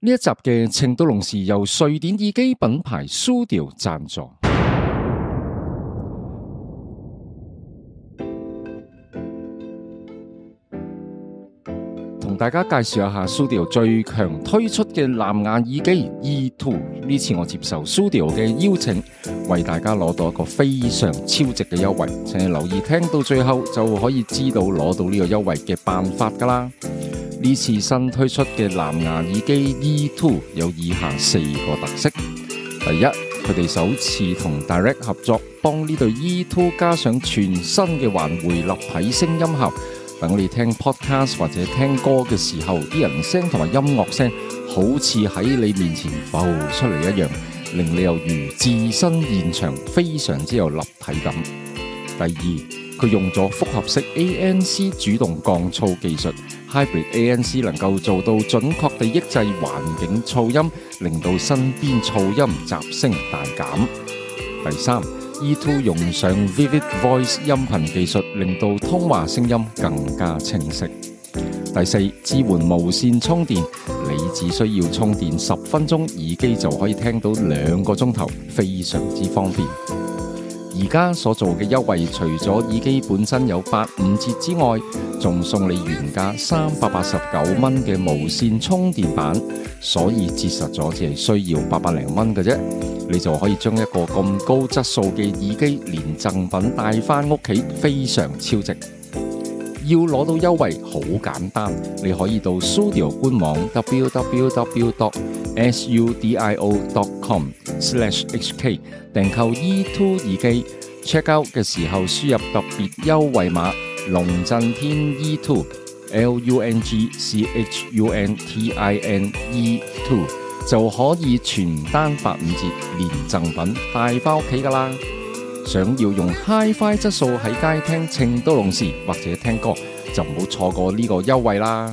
呢一集嘅程度龍時由瑞典耳機品牌 Sudio 贊助。同大家介紹一下 Sudio 最強推出嘅藍牙耳機 E Two。呢次我接受 Sudio 嘅邀請，為大家攞到一個非常超值嘅優惠。請你留意聽到最後就可以知道攞到呢個優惠嘅辦法㗎啦。呢次新推出嘅藍牙耳機 E Two 有以下四個特色：第一，佢哋首次同 Direct 合作，幫呢對 E Two 加上全新嘅環回立體聲音效，等你聽 podcast 或者聽歌嘅時候，啲人聲同埋音樂聲好似喺你面前浮出嚟一樣，令你又如置身現場，非常之有立體感。第二，佢用咗複合式 ANC 主動降噪技術，Hybrid ANC 能夠做到準確地抑制環境噪音，令到身邊噪音雜聲大減。第三，E2 用上 Vivid Voice 音頻技術，令到通話聲音更加清晰。第四，支援無線充電，你只需要充電十分鐘，耳機就可以聽到兩個鐘頭，非常之方便。而家所做嘅優惠，除咗耳機本身有八五折之外，仲送你原價三百八十九蚊嘅無線充電板，所以節實咗只係需要八百零蚊嘅啫，你就可以將一個咁高質素嘅耳機連贈品帶翻屋企，非常超值。要攞到優惠好簡單，你可以到 Sudio 官網 www.sudio.com/hk 訂購 E2 耳機。check out 嘅時候輸入特別優惠碼龍震天 E2 L U N G C H U N T I N E2 就可以全單八五折，連贈品帶翻屋企㗎啦！想要用 HiFi 質素喺街聽程度龍時或者聽歌，就唔好錯過呢個優惠啦！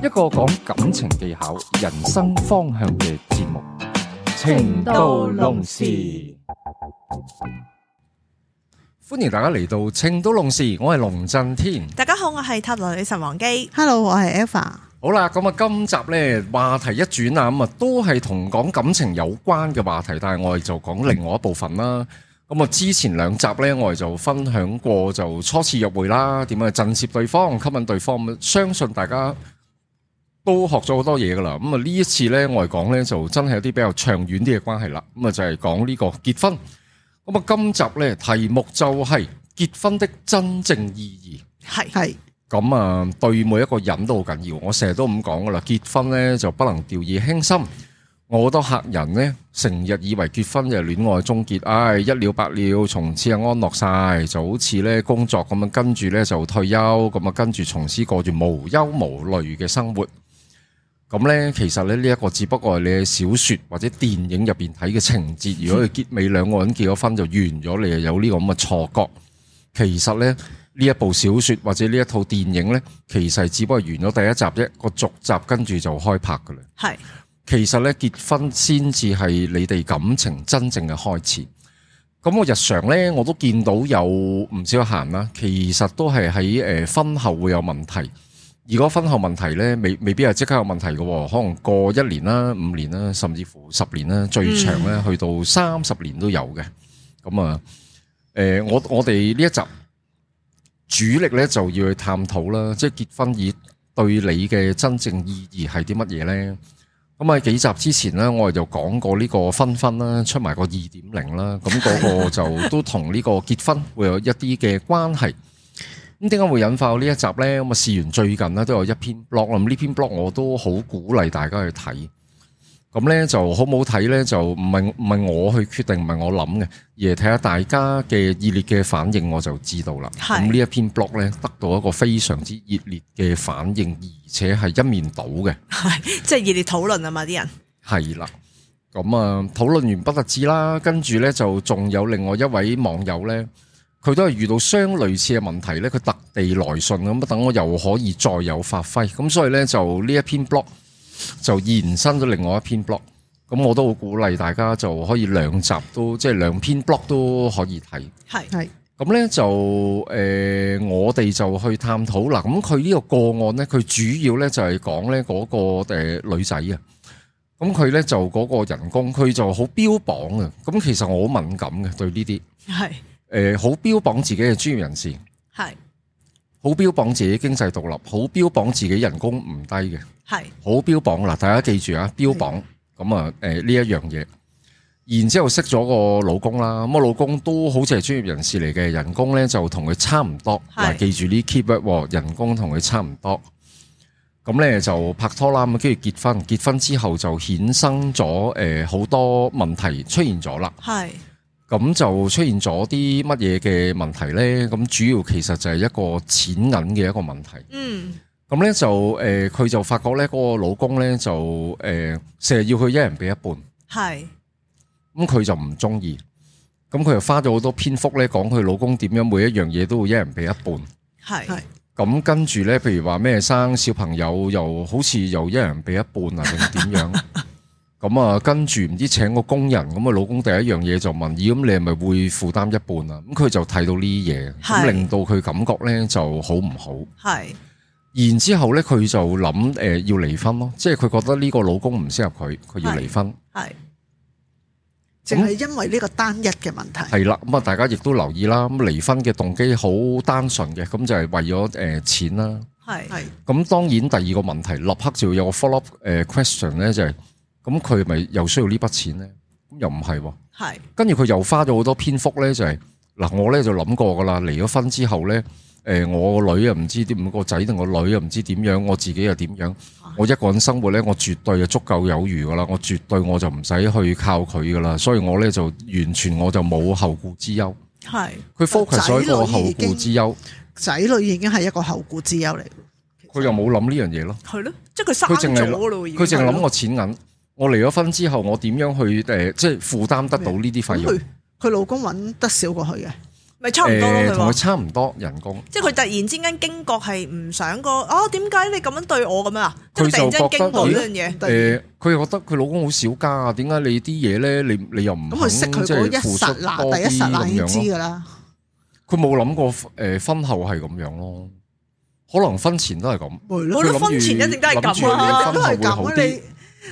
一個講感情技巧、人生方向嘅節目《程度龍時》，歡迎大家嚟到《程度龍時》，我係龍震天。大家好，我係塔羅女神王姬。 Hello，我係 Alpha。好啦，咁啊，今集呢話題一轉啊，咁啊都係同講感情有關嘅話題，但係我哋就講另外一部分啦。咁啊，之前兩集呢，我哋就分享過就初次約會啦，點樣震懾對方、吸引對方，咁相信大家都學咗好多嘢噶啦。咁啊，呢一次呢，我哋講呢，就真係有啲比較長遠啲嘅關係啦。咁啊，就係講呢個結婚。咁啊，今集呢，題目就係結婚的真正意義。係係咁啊，對每一個人都好緊要。我成日都咁講噶啦，結婚呢就不能掉以輕心。我好多客人呢，成日以為結婚就係戀愛終結，唉、一了百了，從此啊安樂晒，就好似呢工作咁樣，跟住呢就退休，咁啊跟住從此過住無憂無慮嘅生活。咁呢，其實咧呢一個只不過係你喺小説或者電影入邊睇嘅情節。如果佢結尾兩個人結咗婚就完咗，你就有呢個咁嘅錯覺。其實呢，呢一部小説或者呢一套電影呢，其實只不過完咗第一集啫，個續集跟住就開拍㗎啦。係其實呢，結婚先至係你哋感情真正嘅開始。咁我日常呢，我都見到有唔少客人啦，其實都係喺誒婚後會有問題。如果婚後問題呢，未未必係即刻有問題嘅喎，可能過一年啦、五年啦，甚至乎十年啦，最長呢去到三十年都有嘅。咁啊，誒、我我哋呢一集主力呢，就要去探討啦，即係結婚以對你嘅真正意義係啲乜嘢呢？咁喺幾集之前呢，我哋就講過呢個婚婚啦，出埋個二點零啦，咁嗰個就都同呢個結婚會有一啲嘅關係。咁點解會引發到呢一集呢？咁啊，事完最近呢，都有一篇 blog 啦，咁呢篇 blog 我都好鼓勵大家去睇。咁咧就好唔好睇咧，就唔係唔係我去決定，唔係我諗嘅，而係睇下大家嘅熱烈嘅反應，我就知道啦。係咁呢一篇 blog 咧，得到一個非常之熱烈嘅反應，而且係一面倒嘅，即係 熱烈討論啊嘛，啲人係啦。咁啊，討論完不特止啦，跟住咧就仲有另外一位網友咧，佢都係遇到相類似嘅問題咧，佢特地來信咁，等我又可以再有發揮。咁所以咧就呢一篇 blog 就延伸咗另外一篇 blog。咁我都好鼓勵大家就可以兩集都即係兩篇 blog 都可以睇。係係咁咧就誒、呃我哋就去探討啦。咁佢呢個個案咧，佢主要咧就係講咧嗰個、呃、女仔啊。咁佢咧就嗰個人工，佢就好標榜嘅。咁其實我好敏感嘅對呢啲係誒，好、標榜自己嘅專業人士，係好標榜自己經濟獨立，好標榜自己人工唔低嘅。係好標榜嗱，大家記住啊，標榜咁啊，誒呢一樣嘢。然之後識咗個老公啦，咁啊我老公都好似係專業人士嚟嘅，人工呢就同佢差唔多。係嗱，記住呢 keep 喎，人工同佢差唔多。咁呢就拍拖啦，咁跟住結婚，結婚之後就衍生咗誒好多問題出現咗啦。係咁就出現咗啲乜嘢嘅問題呢？咁主要其實就係一個錢銀嘅一個問題。嗯咁咧就誒，佢、就發覺咧，嗰、個老公咧就誒，成、日要佢一人俾一半，係咁佢就唔中意。咁佢又花咗好多篇幅咧，講佢老公點樣每一樣嘢都會一人俾一半。係係咁跟住咧，譬如話咩生小朋友，又好似又一人俾一半啊，定點樣？咁啊，跟住唔知請個工人，咁啊，老公第一樣嘢就問：咦，咁你係咪會負擔一半啊？咁佢就睇到呢啲嘢，咁係令到佢感覺咧就好唔好。係然之後咧，佢就諗誒、呃要離婚咯，即係佢覺得呢個老公唔適合佢，佢要離婚。係淨係因為呢個單一嘅問題，係啦，咁啊，大家亦都留意啦。咁離婚嘅動機好單純嘅，咁就係為咗誒、呃、錢啦。係係咁當然第二個問題，立刻就要有個 follow up 誒、呃 question 咧，就係咁佢咪又需要呢筆錢咧？咁又唔係喎。係跟住佢又花咗好多篇幅咧，就係、嗱，我咧就諗過噶啦，離咗婚之後咧，誒、我個女啊唔知點，個仔定個女啊唔知點樣，我自己又點樣，啊我一個人生活咧，我絕對就足夠有餘噶啦，我絕對我就唔使去靠佢噶啦，所以我咧就完全我就冇後顧之憂。係佢 focus 咗喺個後顧之憂，仔女已經係一個後顧之憂嚟。佢又冇諗呢樣嘢咯，係咯，即係佢佢淨生係咗咯，已經佢淨係諗我錢銀。我離咗婚之後，我點樣去誒、即係負擔得到呢啲費咁用佢？佢老公揾得少過佢嘅，咪差唔多咯，誒佢同佢話。差唔多人工。即係佢突然之間驚覺係唔想個啊點解你咁樣對我咁樣啊？即佢係突然之間就覺得驚覺呢樣嘢，誒，呃佢又覺得佢老公好少家啊，點解你啲嘢咧，你你又唔咁佢識佢即嗰係一付剎出那，多第一啲剎那已咁經樣知咯？噶啦，佢冇諗過誒婚後係咁樣咯，可能婚前都係咁，咪我咯，覺得婚前一定都係咁佢諗住啊都係婚後會好咁啊！啲。你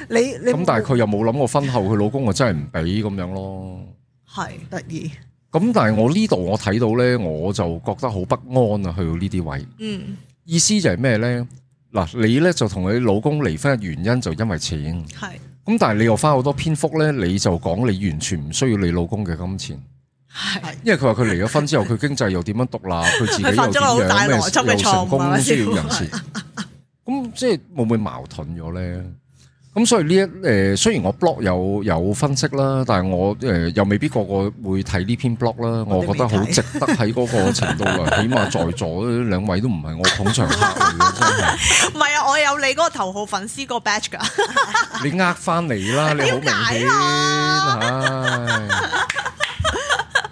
你你咁但係佢又冇諗過婚後佢老公啊真係唔俾咁樣咯。係得意，咁但係我呢度我睇到咧，我就覺得好不安啊，去到呢啲位。嗯意思就係咩咧？嗱，你咧就同你老公離婚嘅原因就因為錢，係咁但係你又花好多篇幅咧，你就講你完全唔需要你老公嘅金錢。係因為佢話佢離咗婚之後，佢經濟又點樣獨立，佢自己又點 犯咗好大樣咩邏輯嘅又成錯誤啊功需要係人士，咁即係會唔會矛盾咗咧？咁所以呢一誒、呃，雖然我 blog 有有分析啦，但係我誒、呃又未必個個會睇呢篇 blog 啦。我我哋覺得好未睇值得喺嗰個程度 啊，起碼在座兩位都唔係我捧場客嚟嘅，真係。唔係啊？我有你嗰個頭號粉絲個 batch 㗎。 你呃翻嚟啦，你好明顯，唉。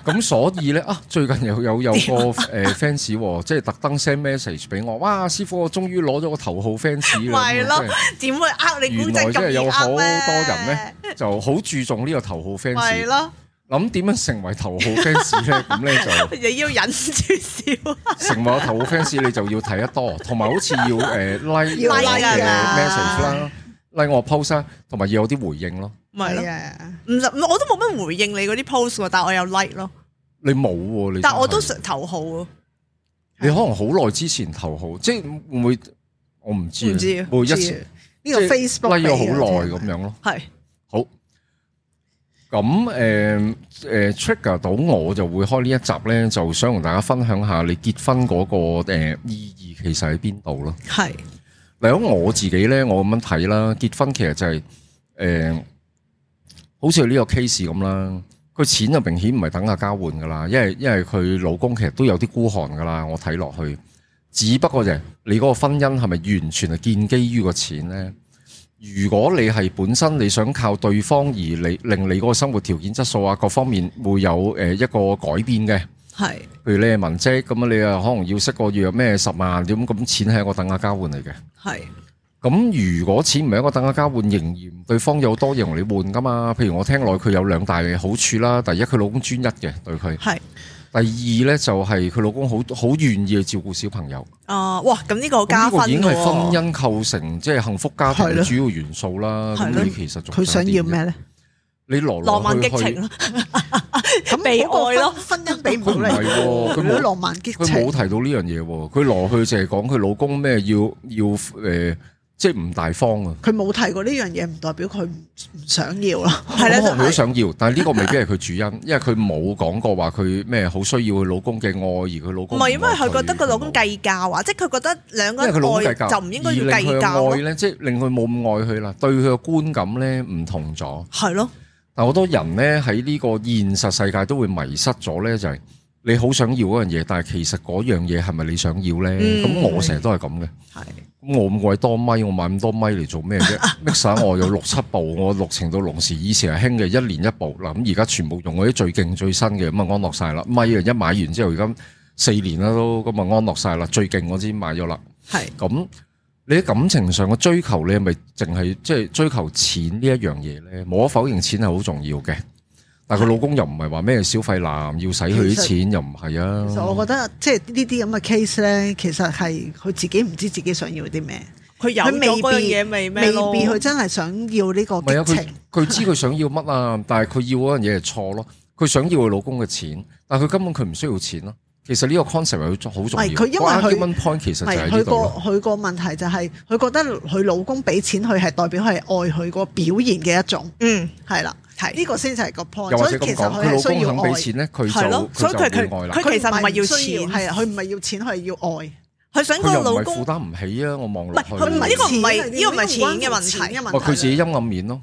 咁所以咧啊，最近又有有個誒 fans 喎即係特登 send message 俾我，哇！師傅，我終於攞咗個頭號 fans 啦，咪咁咯啊點會呃即係你估原真來係真係咁易有好多人呃咧，就好注重呢個頭號咩？咪 fans。咯，諗點樣成為頭號 fans 咧？咁咧就你要忍住笑。 成為頭號 fans，你就要睇得多，同埋好似要誒 like 要我 like 嘅啊 message 啦，like 我 post 啦，同埋要有啲回應咯。咪咯係，啊，唔唔我都冇乜回應你嗰啲 post 喎，但我有 like 咯，你冇喎，你但我都真係想頭號喎，你可能好耐之前投號，即係會唔會？我唔知啊，唔知啊會唔會一次知呢個 Facebook 拉咗好耐俾咁嘅樣咯。啊係好，咁誒誒 trigger 到我就會開呢一集咧，就想同大家分享下你結婚嗰、個、呃、意義其實喺邊度咯。係嚟講我自己咧，我咁樣睇啦，結婚其實就係、誒、诶、好似佢呢個 case 咁啦，佢錢就明顯唔係等價交換噶啦，因為因為佢老公其實都有啲孤寒噶啦，我睇落去，只不過就係你嗰個婚姻係咪完全係建基於個錢呢？如果你係本身你想靠對方而你令你嗰個生活條件質素啊各方面會有誒一個改變嘅，係譬如你係文職咁啊，你啊可能要識個月咩十萬點咁，錢係一個等價交換嚟嘅。係咁如果錢唔係一個等價交換，仍然對方有多嘢同你換噶嘛？譬如我聽落佢有兩大嘅好處啦，第一佢老公專一嘅對佢，係第二呢就係佢老公好好願意去照顧小朋友。啊！哇，咁呢個咁加呢分個已經係婚喎，姻構成即係幸福家庭係咯嘅主要元素啦。係咁咯你其實仲佢想要咩咧？你來來浪漫去激去情咯，咁被嗰個愛咯婚婚姻俾唔佢到唔你係，喎，佢佢冇浪漫激佢冇情提到呢樣嘢喎。佢來去就係講佢老公咩要要誒，即係唔大方啊。佢冇提過呢樣嘢，唔代表佢唔唔想要啦。係啦咁我佢都就係，想要，但係呢個未必係佢主因， 因為佢冇講過話佢咩好需要佢老公嘅愛，而佢老唔公係愛因為佢覺得個老公，計較啊，即係佢覺得兩因個為人佢老公計愛較，就唔應該要而令計佢嘅較啊愛咯，咧，即係令佢冇咁愛佢啦，對佢嘅觀感咧唔同咗。係咯，但好多人咧喺呢個現實世界都會迷失咗咧，就係、你好想要嗰樣嘢，但係其實嗰樣嘢係咪你想要咧？嗯咁、我成日都係咁嘅。係咁我咁鬼多咪，我買咁多咪嚟做咩啫？mixer 我有六七部，我六程到龍時以前係興嘅，一年一部嗱，咁而家全部用嗰啲最勁最新嘅，咁啊安樂晒啦。咪啊一買完之後，而家四年啦都，咁啊安樂晒啦，最勁嗰支買咗啦。係咁你喺感情上嘅追求，你係咪淨係即係追求錢呢一樣嘢呢？無可否認，錢係好重要嘅。但佢老公又唔係話咩小費男要使佢啲錢，又唔係啊。其實我覺得即係呢啲咁嘅 case 咧，其實係佢自己唔知自己想要啲咩，佢有佢未咗必嗰樣嘢未未咩咯，必佢真係想要呢個唔係啊，激佢情。佢知佢想要乜啊，但係佢要嗰樣嘢係錯咯。佢想要佢老公嘅錢，但係佢根本佢唔需要錢咯。其實呢個 concept 係好重要。唔係佢因為佢 g u m e n point 其實唔就係係佢呢度個咯。佢個問題就係、佢覺得佢老公俾錢佢係代表係愛佢個表現嘅一種，嗯係啦，係呢個先就係個 point。又或所者以咁其實講，佢佢老係需公要肯愛俾，錢咧，佢係就咯所以佢佢就佢會愛啦。佢其實唔係要需錢係啊，佢唔係要錢，佢係要愛。佢想佢個又唔老係負公擔唔起啊！我望落去，唔係佢唔呢個唔係錢呢個唔係錢嘅呢個唔關乎問題錢嘅哇哦佢自己題陰暗面咯。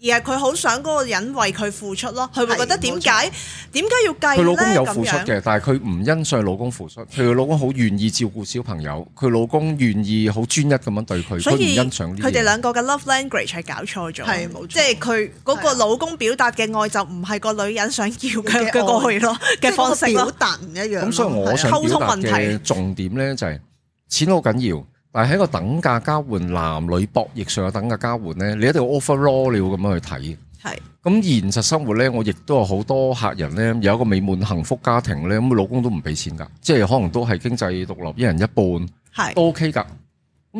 而係佢好想嗰個人為佢付出咯，佢會覺得係點解點解要佢計咧老公有咁付出樣？嘅，但係佢唔欣賞老公付出。佢老公好願意照顧小朋友，佢老公願意好專一咁樣對佢，佢所唔以欣賞呢啲嘢。佢哋兩個嘅 love language 係搞錯咗，係冇錯即係佢嗰係個啊老公表達嘅愛就唔係個女人想要嘅嘅嘅過去咯即係嘅嗰個方式表咯，達唔一樣咯。咁所以我係啊想溝表通達問題嘅重點呢，就係錢好緊要，但係喺個等價交換男女博弈上嘅等價交換呢，你一定要 overall 你要咁樣去睇。係咁現實生活呢，我亦都有好多客人呢，有一個美滿幸福家庭呢，咁老公都唔俾錢㗎，即係可能都係經濟獨立，一人一半係。都 OK 㗎。咁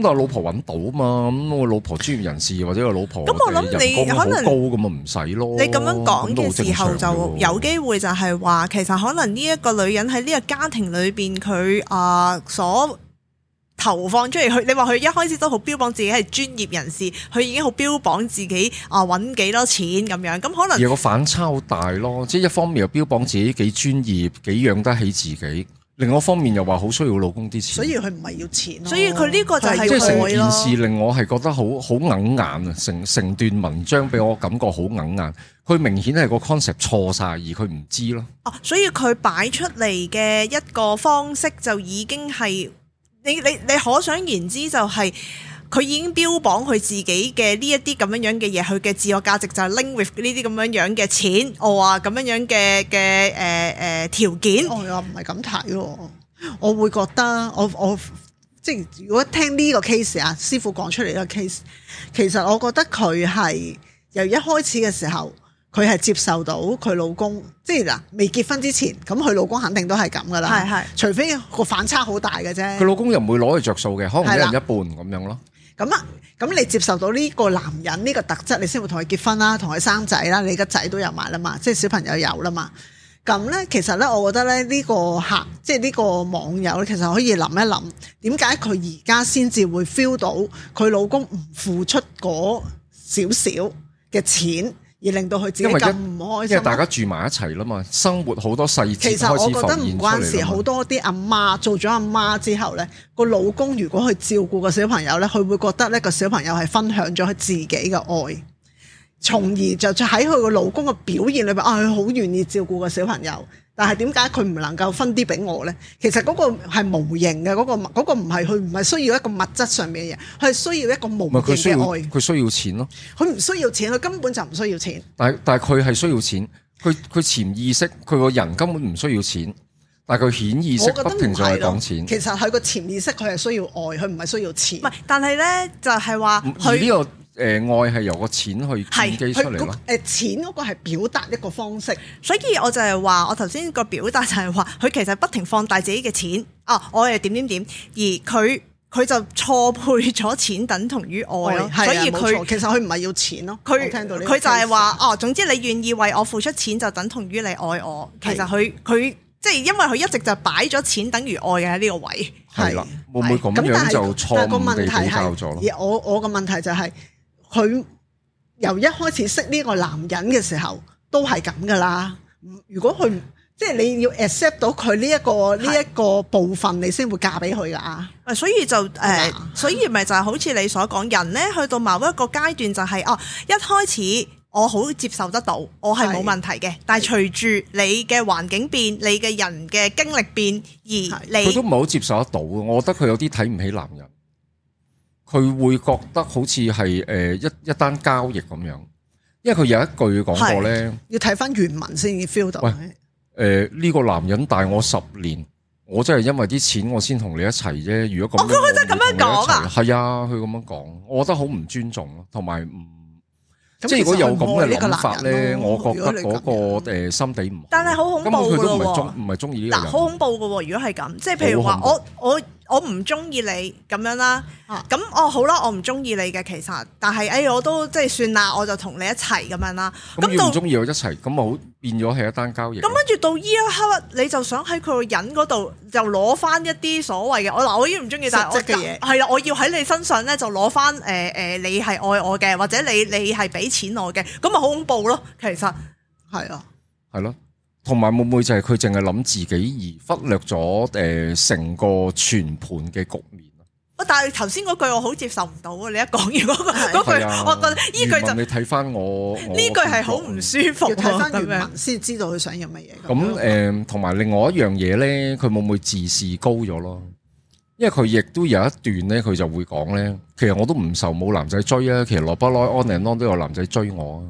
但係老婆揾到嘛，咁我老婆專業人士或者個老婆咁我諗嘅你人工好可能高咁啊，唔使咯。你咁樣講咁都好嘅時候，正常就㗎喎有機會就係話，其實可能呢一個女人喺呢個家庭裏邊，佢啊所投放出嚟，佢你話佢一開始都好標榜自己係專業人士，佢已經好標榜自己啊揾幾多錢咁樣，咁可能而個反差好大咯，即係一方面又標榜自己幾專業，幾養得起自己，另外一方面又話好需要老公啲錢。所以佢唔係要錢咯。所以佢呢個就係即係佢成愛件咯事令我係覺得好好硬眼啊！成成段文章俾我感覺好硬眼，佢明顯係個 concept 錯晒，而佢唔知咯。哦，所以佢擺出嚟嘅一個方式就已經係你你你可想而知就係、佢已經標榜佢自己嘅呢一啲咁樣樣嘅嘢，佢嘅自我價值就係 link with 呢啲咁樣樣嘅錢，我啊咁樣樣嘅嘅誒誒條件，我哦又唔係咁睇喎，我會覺得我我即係如果聽呢個 case 啊，師傅講出嚟呢個 case，其實我覺得佢係由一開始嘅時候，佢係接受到佢老公，即係嗱未結婚之前，咁佢老公肯定都係咁噶啦，係係除非個反差好大嘅嗯佢啫。老公又唔會攞佢着數嘅，可能一人係一啦半咁樣咯。咁啊，咁你接受到呢個男人呢個特質，你先會同佢結婚啦，同佢生仔啦，你個仔都有埋啦嘛，即係小朋友有啦嘛。咁咧，其實咧，我覺得咧，呢個客即係呢個網友咧，其實可以諗一諗，點解佢而家先至會 feel 到佢老公唔付出嗰少少嘅錢，而令到佢自己因為一咁唔開因為心大咧。家住埋一齊啦嘛，生活好多細節其開始實浮我現覺得唔出關嚟事，啦嘛好多啲阿媽做咗阿媽之後呢，個老公如果去照顧個小朋友呢，佢會覺得呢個小朋友係分享咗佢自己嘅愛，從而就喺佢個老公嘅表現裏邊，啊，佢好願意照顧個小朋友。但係點解佢唔能夠分啲俾我呢？其實嗰個係無形嘅，嗰、個嗰、個唔係佢唔係需要一個物質上面嘅嘢，佢係需要一個無唔係佢需要形嘅愛。佢需要錢咯，佢唔需要錢，佢根本就唔需要錢。但係但係佢係需要錢，佢佢潛意識佢個人根本唔需要錢，但係佢顯意我識覺不得停唔就係係咯講，錢。其實佢個潛意識佢係需要愛，佢唔係需要錢。唔係，但係咧就係話而呢佢個誒愛係由個錢去建基出佢嚟嗰咯。誒錢嗰個係表達一個方式，所以我就係話，我頭先個表達就係話，佢其實不停放大自己嘅錢，啊，我係點點點，而佢佢就錯配咗錢等同於愛咯，係所啊以冇錯佢。其實佢唔係要錢咯。我佢聽到呢個佢就係 case 話哦，總之你願意為我付出錢就等同於你愛我。其實佢佢即係因為佢一直就擺咗錢等於愛嘅喺呢個位。係啦，係會唔會咁咁但樣係就錯但係個誤問地題係比較咗咯？而我我嘅問題就係、佢由一開始識呢個男人嘅時候都係咁噶啦。唔如果佢唔即係你要 accept 到佢呢一個呢一個部分，你先會嫁俾佢誒噶。啊所以就誒、係嘛所以咪就係好似你所講，人咧去到某一個階段就係、哦，一開始我好接受得到，我係冇問題嘅。但係隨住你嘅環境變，你嘅人嘅經歷變，而佢都你唔係好接受得到嘅，我覺得佢有啲睇唔起男人，佢會覺得好似係誒一一單交易咁樣，因為佢有一句講過咧，要睇翻原文先至 feel 到。喂誒呃呢個男人大我十年，我真係因為啲錢我先同你一齊啫。如果咁樣，佢真係咁樣講啊係啊，佢咁樣講，我覺得好唔尊重咯，同埋唔咁即係如果有咁其嘅實佢唔愛呢個諗法咧，男人咯我覺得如果你嗰咁個誒心地唔好，但係好恐根本怖佢都唔係㗎喎中唔係中意呢嗱個人好。恐怖嘅喎。如果係咁，即係譬如話好我我我唔中意你咁樣啦，啊咁哦好啦，我唔中意你嘅其實，但係誒、哎我都即係算啦，我就同你一齊咁樣啦。咁咁要唔到中意又一齊，咁咪好變咗係一單交易。咁跟住到呢一刻，你就想喺佢個人嗰度就攞翻一啲所謂嘅我嗱，我已經唔中意，但係我實質嘅嘢係啦，我要喺你身上咧就攞翻誒誒，你係愛我嘅，或者你你係俾錢我嘅，咁咪好恐怖咯。其實係啊，係咯，同埋會唔會就係佢淨係諗自己而忽略咗誒成個全盤嘅局面啊？我但係頭先嗰句我好接受唔到啊！你一講完嗰個嗰係句，啊我覺得呢句原文就你睇翻我呢呢句係好唔舒服要睇啊！翻咁原樣文先知道佢想要乜嘢。咁樣誒，同埋另外一樣嘢咧，佢會唔會自視高咗咯？因為佢亦都有一段咧，佢就會講咧，其實我都唔愁冇男仔追啊，其實耐不耐 on and on 都有男仔追我啊。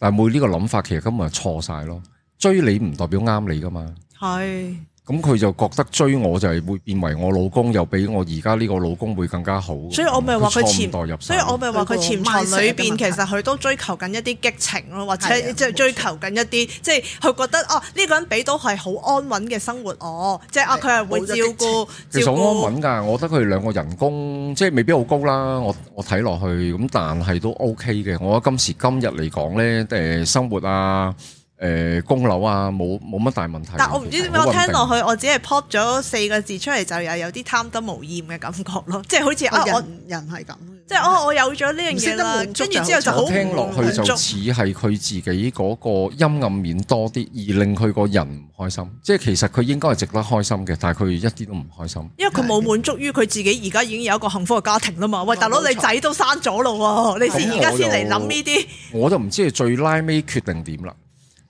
但係每呢個諗法其實根本係錯晒咯，追你唔代表啱你噶嘛。係咁佢就覺得追我就係會變為我老公，又比我而家呢個老公會更加好。所以我咪話佢潛潛代入晒，所以我咪話佢潛藏裏邊，佢個 mindset 嘅問其題實佢都追求緊一啲激情咯，或者係啊即係冇錯追求緊一啲，即係佢覺得哦呢個人俾到係好安穩嘅生活我，即係啊係佢係會照顧其實照好安顧。穩啊㗎。我覺得佢哋兩個人工即係未必好高啦。我我睇落去咁，但係都 OK 嘅。我覺得今時今日嚟講咧，誒、生活啊，誒、供樓啊，冇冇乜大問題。但我唔知點解好我穩定聽落去，我只係 pop 咗四個字出嚟，就又有啲貪得無厭嘅感覺咯，即係好似啊我人人係咁，即係哦我有咗呢樣嘢啦，唔識得滿跟足住就之後就好我聽落去就滿足似係佢自己嗰個陰暗面多啲，而令佢個人唔開心。即係其實佢應該係值得開心嘅，但係佢一啲都唔開心。因為佢冇滿足於佢自己而家已經有一個幸福嘅家庭啦嘛。喂，大佬冇錯你仔都生咗咯喎，你先而家先嚟諗呢啲。我就唔知佢最拉尾決定點啦，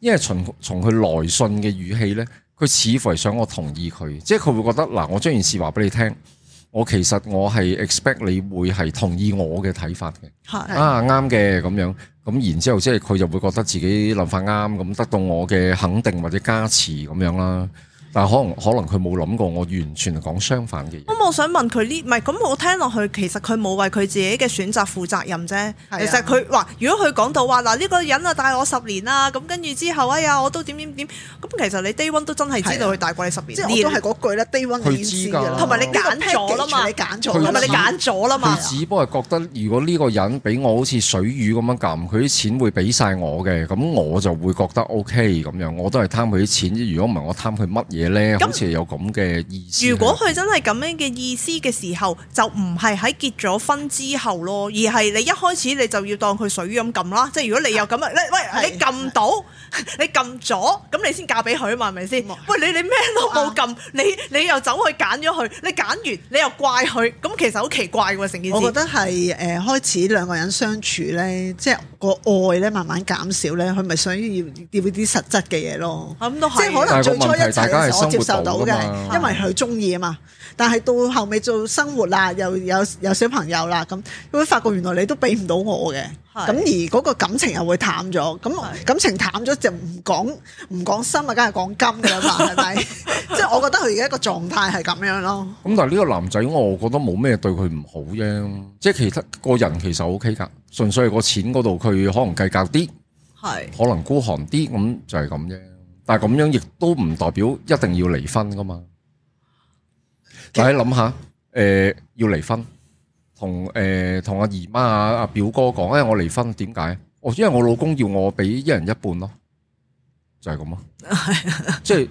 因為從從佢來信嘅語氣呢，佢似乎係想我同意佢，即係佢會覺得嗱，我將件事話俾你聽，我其實我係 expect 你會係同意我嘅睇法嘅，係啊啱嘅咁樣，咁然之後即係佢就會覺得自己諗法啱，咁得到我嘅肯定或者加持咁樣啦。但係可能可能佢冇諗過，我完全係講相反嘅嘢。咁我想問佢呢？唔係咁，我聽落去其實佢冇為佢自己嘅選擇負責任啫。啊其實佢話，如果佢講到話嗱呢個人啊帶我十年啦，咁跟住之後哎呀我都點點點，咁其實你 day one 都真係知道係啊佢大過你十年，即係我都係呢嗰句啦，day one 你已經知佢知㗎㗎啦，同埋你揀咗啦嘛呢個 package 你佢揀咗啦同嘛，埋你揀咗啦嘛佢。只不過係覺得，如果呢個人俾我好似水魚咁樣撳，佢啲錢會俾晒我嘅，咁我就會覺得 O K 咁樣。我都係貪佢啲錢，如果唔係我貪佢乜嘢嘢咧，咁好似係有咁嘅意思。如果佢真係咁樣嘅意思嘅時候，就唔係喺結咗婚之後咯，而係你一開始你就要當佢水咁撳啦。即係如果你有咁啊，你喂係你撳到， 你撳咗，咁你先嫁俾佢啊嘛，係咪先？冇啊喂，你你咩都冇撳，你你又走去揀咗佢，你揀完你又怪佢，咁其實好奇怪喎成件我覺事。得係誒、呃、開始兩個人相處咧，即係個愛咧慢慢減少咧，佢咪想要要啲實質嘅嘢咯。咁都係，即係可能最初一齊嘅時候，我接受到嘅但係個問題大家係生活到㗎嘛，因為佢中意啊嘛。但係到後尾做生活啦，又有有小朋友啦，咁會發覺原來你都俾唔到我嘅，係咁而嗰個感情又會淡咗，咁係感情淡咗就唔講唔講心啊，梗係講金㗎 啦嘛，係咪？即係我覺得佢而家個狀態係咁樣咯。咁但係呢個男仔，我覺得冇咩對佢唔好啫，即係其他個人其實 O K 㗎，純粹係個錢嗰度佢可能計較啲，係可能孤寒啲，咁就係咁啫。但係咁樣亦都唔代表一定要離婚㗎嘛。大家諗下，誒、呃要離婚，同誒同阿姨媽啊、阿表哥講，誒、我離婚點解？我因為我老公要我俾一人一半咯，就係咁咯，即係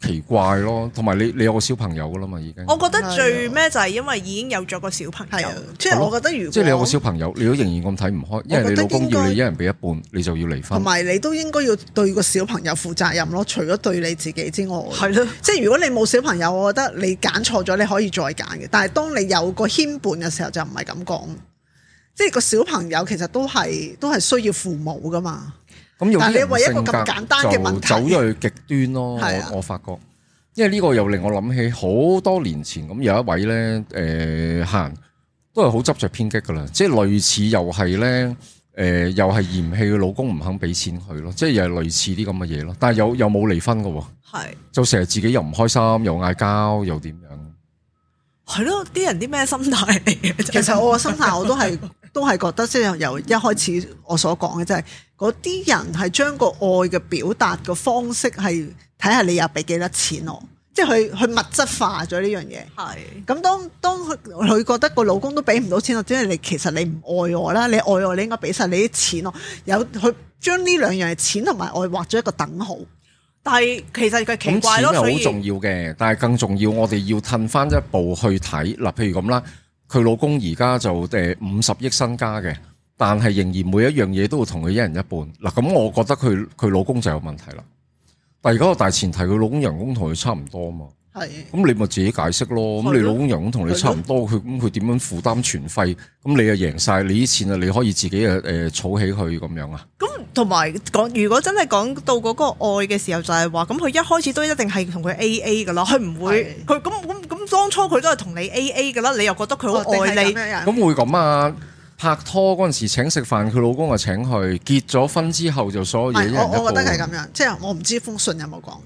奇怪咯。同埋你你有個小朋友㗎啦嘛，已經。我覺得最咩就係因為已經有咗個小朋啊係友啊，，即係我覺得如果即係你有個小朋友，你都仍然咁睇唔開，因為你老公要你一人俾一半，你就要離同婚。埋你都應該要對個小朋友負責任咯，除咗對你自己之外，係咯，即係如果你冇小朋友，我覺得你揀錯咗，你可以再揀嘅。但係當你有個牽絆嘅時候，就唔係咁講。即係個小朋友其實都係都係需要父母噶嘛，咁有但啲係你為一人性個咁格簡單嘅問就題走咗去極端咯。 係啊我我發覺，因為呢個又令我諗起好多年前咁有一位咧，誒、行都係好執着偏激噶啦，即係類似又係咧。誒、又係嫌棄佢老公唔肯俾錢佢咯，即係又係類似啲咁嘅嘢咯。但係又又冇離婚嘅喎，係就成日自己又唔開心，又嗌交，又點樣？係咯，啲人啲咩心態嚟嘅啫？其實我個心態我都係都係覺得，即係由一開始我所講嘅，即係嗰啲人係將個愛嘅表達嘅方式係睇下你又俾幾多錢我，即係佢佢物質化咗呢樣嘢。係咁當當佢佢覺得個老公都俾唔到錢我，即係你其實你唔愛我啦，你愛我你應該俾晒你啲錢我。有佢將呢兩樣嘢錢同埋愛畫咗一個等號，但係其實佢奇咁怪錢咯，係所以好重要嘅，但係更重要，我哋要褪翻一步去睇嗱，譬如咁啦，佢老公而家就誒五十億身家嘅，但係仍然每一樣嘢都要同佢一人一半嗱，咁我覺得佢佢老公就有問題啦。但係而家個大前提，佢老公人工同佢差唔多嘛，係咁你咪自己解釋咯。咁你係咯老公人工同你差唔多，佢咁佢點樣負擔全費？咁你又贏晒，你啲錢啊，你可以自己誒誒儲起佢咁樣啊？咁同埋講，如果真係講到嗰個愛嘅時候，就係話咁佢一開始都一定係同佢 A A 噶啦，佢唔會佢咁咁咁當初佢都係同你 A A 噶啦，你又覺得佢好愛你，咁哦咁會咁啊？拍拖嗰陣時請食飯，佢老公啊請佢；結咗婚之後就所有唔嘢一人啊係一半我我覺得係咁樣，即係我唔知封信有冇講，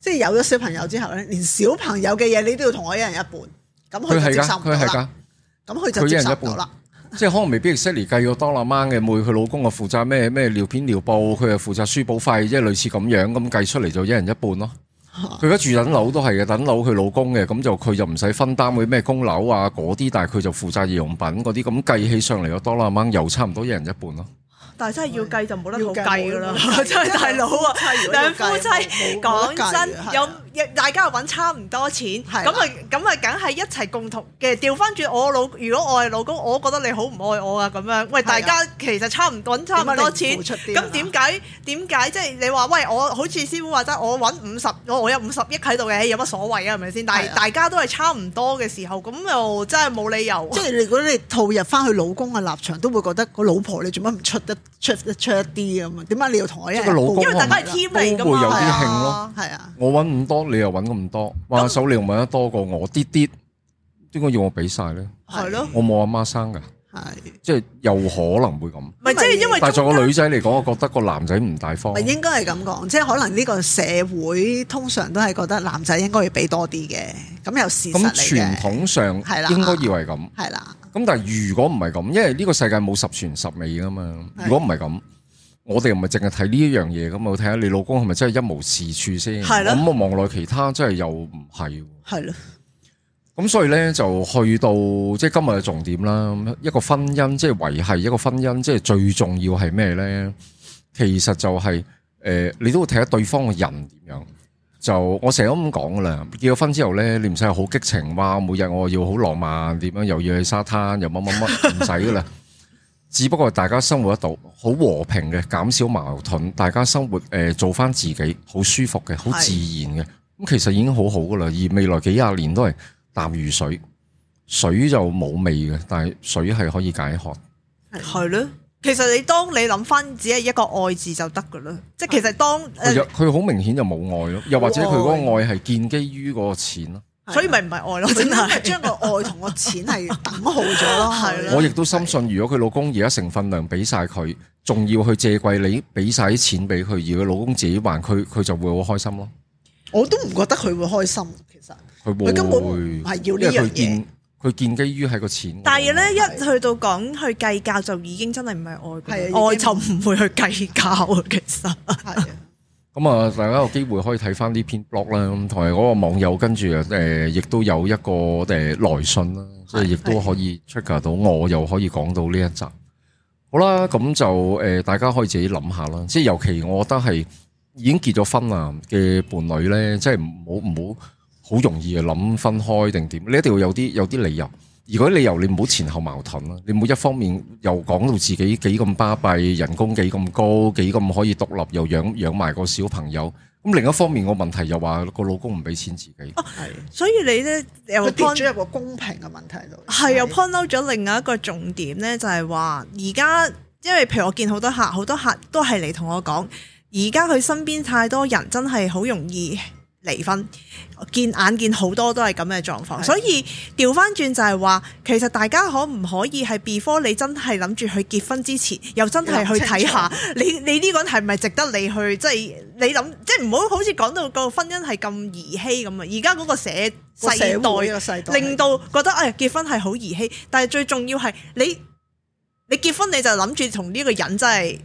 即係有咗小朋友之後咧，連小朋友嘅嘢你都要同我一人一半，咁佢佢係就接㗎，受唔佢係到㗎啦，，咁佢佢就一接人一受半唔到啦。即係可能未必 exactly 計個當啦媽嘅妹，佢老公啊負責咩咩尿片尿布，佢又負責書保費，即係類似咁樣咁計出嚟就一人一半咯。佢而家住等樓都係嘅，等樓佢老公嘅，咁就佢就唔使分擔佢咩供樓啊嗰啲，但係佢就負責日用品嗰啲，咁計起上嚟個當啦媽又差唔多一人一半咯。但係真係要計就冇得要好計噶啦冇 得，計 真係大佬啊！兩夫妻講如果要計冇冇冇得計真係啊有大家又揾差唔多錢，係咁啊咁啊，梗係一齊共同嘅。調翻轉我老，如果我係老公，我覺得你好唔愛我啊咁樣。喂，係啊大家其實差唔揾差唔多錢，點解你唔付出啲啊咁點解點解即係你話喂我好似師傅話齋，我揾五十，我我有五十億喺度嘅，有乜所謂啊？係咪先？但係係啊大家都係差唔多嘅時候，咁又真係冇理由。即係如果你套入翻佢老公嘅立場，都會覺得個老婆你做乜唔出得出得出一啲咁啊？點解你要同我一人即係個老公因為大家係 team 嚟㗎都會嘛，有啲係啊興咯。係啊，我揾咁多，你又揾咁多，話手你又揾得多過我啲啲，點解要我俾晒咧？係咯，我冇阿媽生㗎，係即係有可能會咁。咪即係因為但係作中間為個女仔嚟講，我覺得個男仔唔大方咪。應該係咁講？即係可能呢個社會通常都係覺得男仔應該要俾多啲嘅，咁有事實咁嚟傳嘅，統上應係啦該以為咁，係啦，咁但係如果唔係咁，因為呢個世界冇十全十美㗎嘛。係如果唔係咁，我哋又唔係淨係睇呢一樣嘢㗎嘛，睇下你老公係咪真係一無是處先。係咯咁我望落其他真係又唔係喎。係咯，咁所以咧就去到即係今日嘅重點啦，一個婚姻即係維係一個婚姻，即係最重要係咩咧？其實就係、誒、你都會睇下對方嘅人點樣，就我成日都咁講噶啦，結咗婚之後咧，你唔使好激情，哇！每日我要好浪漫，點樣又要去沙灘，又乜乜乜，唔使噶啦。 只不過大家生活得到好和平嘅，減少矛盾，大家生活誒、呃做翻自己，好舒服嘅，好自然嘅。咁其實已經好好噶啦，而未來幾廿年都係淡如水，水就冇味嘅，但係水係可以解渴。系咯。其實你當你諗翻，只係一個愛字就得噶啦。即系其實當呃佢诶有，佢好明顯就冇愛咯，又或者佢嗰冇個愛係建基於嗰個錢咯。所以咪唔係愛咯，真真係係。 將個愛同個錢係等號咗咯，係啦我亦都深信，如果佢老公而家成份量俾晒佢，仲要去借貴你俾晒啲錢俾佢，而佢老公自己還，佢佢就會好開心咯。我都唔覺得佢會開心，其實佢會佢根本唔係要因呢為樣佢嘢建。佢建基於係個錢嗰度。但係哦咧，一去到講去計較，就已經真係唔係愛係㗎啦，啊愛已經就唔會去計較啊。其實係啊咁啊，大家有機會可以睇翻呢篇 blog 啦，咁同埋嗰個網友跟住誒，亦都有一個誒來信啦，即係亦都可以 check 到我又可以講到呢一集。好啦，咁就誒，大家可以自己諗下啦。即係尤其我覺得係已經結咗婚啦嘅伴侶咧，即係唔好唔好好容易諗分開定點，你一定要有啲有啲理由。如果理由你唔好前後矛盾啦，你唔好一方面又講到自己幾咁巴閉，人工幾咁高，幾咁可以獨立，又養養埋個小朋友。咁另一方面個問題又話個老公唔俾錢自己，係啊所以你咧有佢啊跌 point 咗入個公平嘅問題度。係又 point out 咗另外一個重點咧，就係話而家因為譬如我見好多客，好多客都係嚟同我講，而家佢身邊太多人真係好容易離婚，見眼見好多都係咁嘅狀況，係所以調翻轉就係話，其實大家可唔可以係 before 你真係諗住去結婚之前，又真係去睇下你你呢個人係咪值得你去即係你諗，即係唔好好似講到個婚姻係咁兒戲咁啊！而家嗰個社個世社代會。個世代令到覺得誒、哎、結婚係好兒戲，但係最重要係你你結婚你就諗住同呢個人真係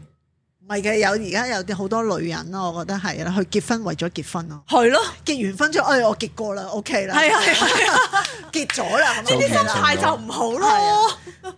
唔係嘅，有而家有啲好多女人咯，我覺得係啦，啊佢結婚為咗結婚咯，係咯，結完婚之後，哎，我結過啦，OK 啦，係啊係啊係啊，結咗啦，咁就樣啲完心成哦態就唔好係咯啊，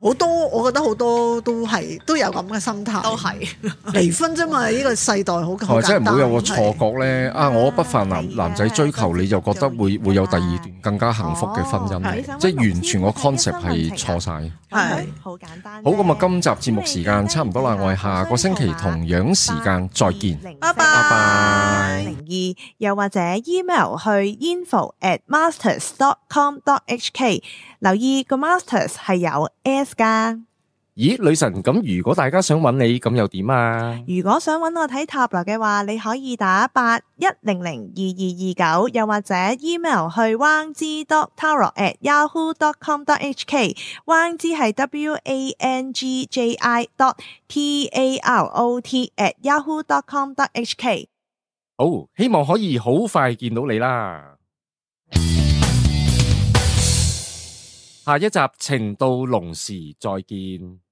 好多，我覺得好多都係都有咁嘅心態，都係離婚啫嘛，呢個世代好同好埋真簡係唔單，好有個錯覺咧。啊，我不犯男係啊男仔追求，你就覺得會係啊會有第二段更加幸福嘅婚哦係姻，即係完全個你想搵 concept 係錯晒。係好簡單啫。好咁啊，今集節目時間差唔多啦，我哋下個星期同樣時間再見。拜拜拜拜零二，又或者 email 去 info at masters dot com dot hk，留意個 masters 係有 s 噶。咦，女神，咁如果大家想揾你，咁又點啊？如果想揾我睇塔羅嘅話，你可以打八一零零二二二九，又或者 email 去 wang z dot tarot at yahoo dot com dot hk。wang z 係 w a n g j i dot t a r o t at yahoo dot com dot hk。好，希望可以好快見到你啦。下一集情到濃時再見。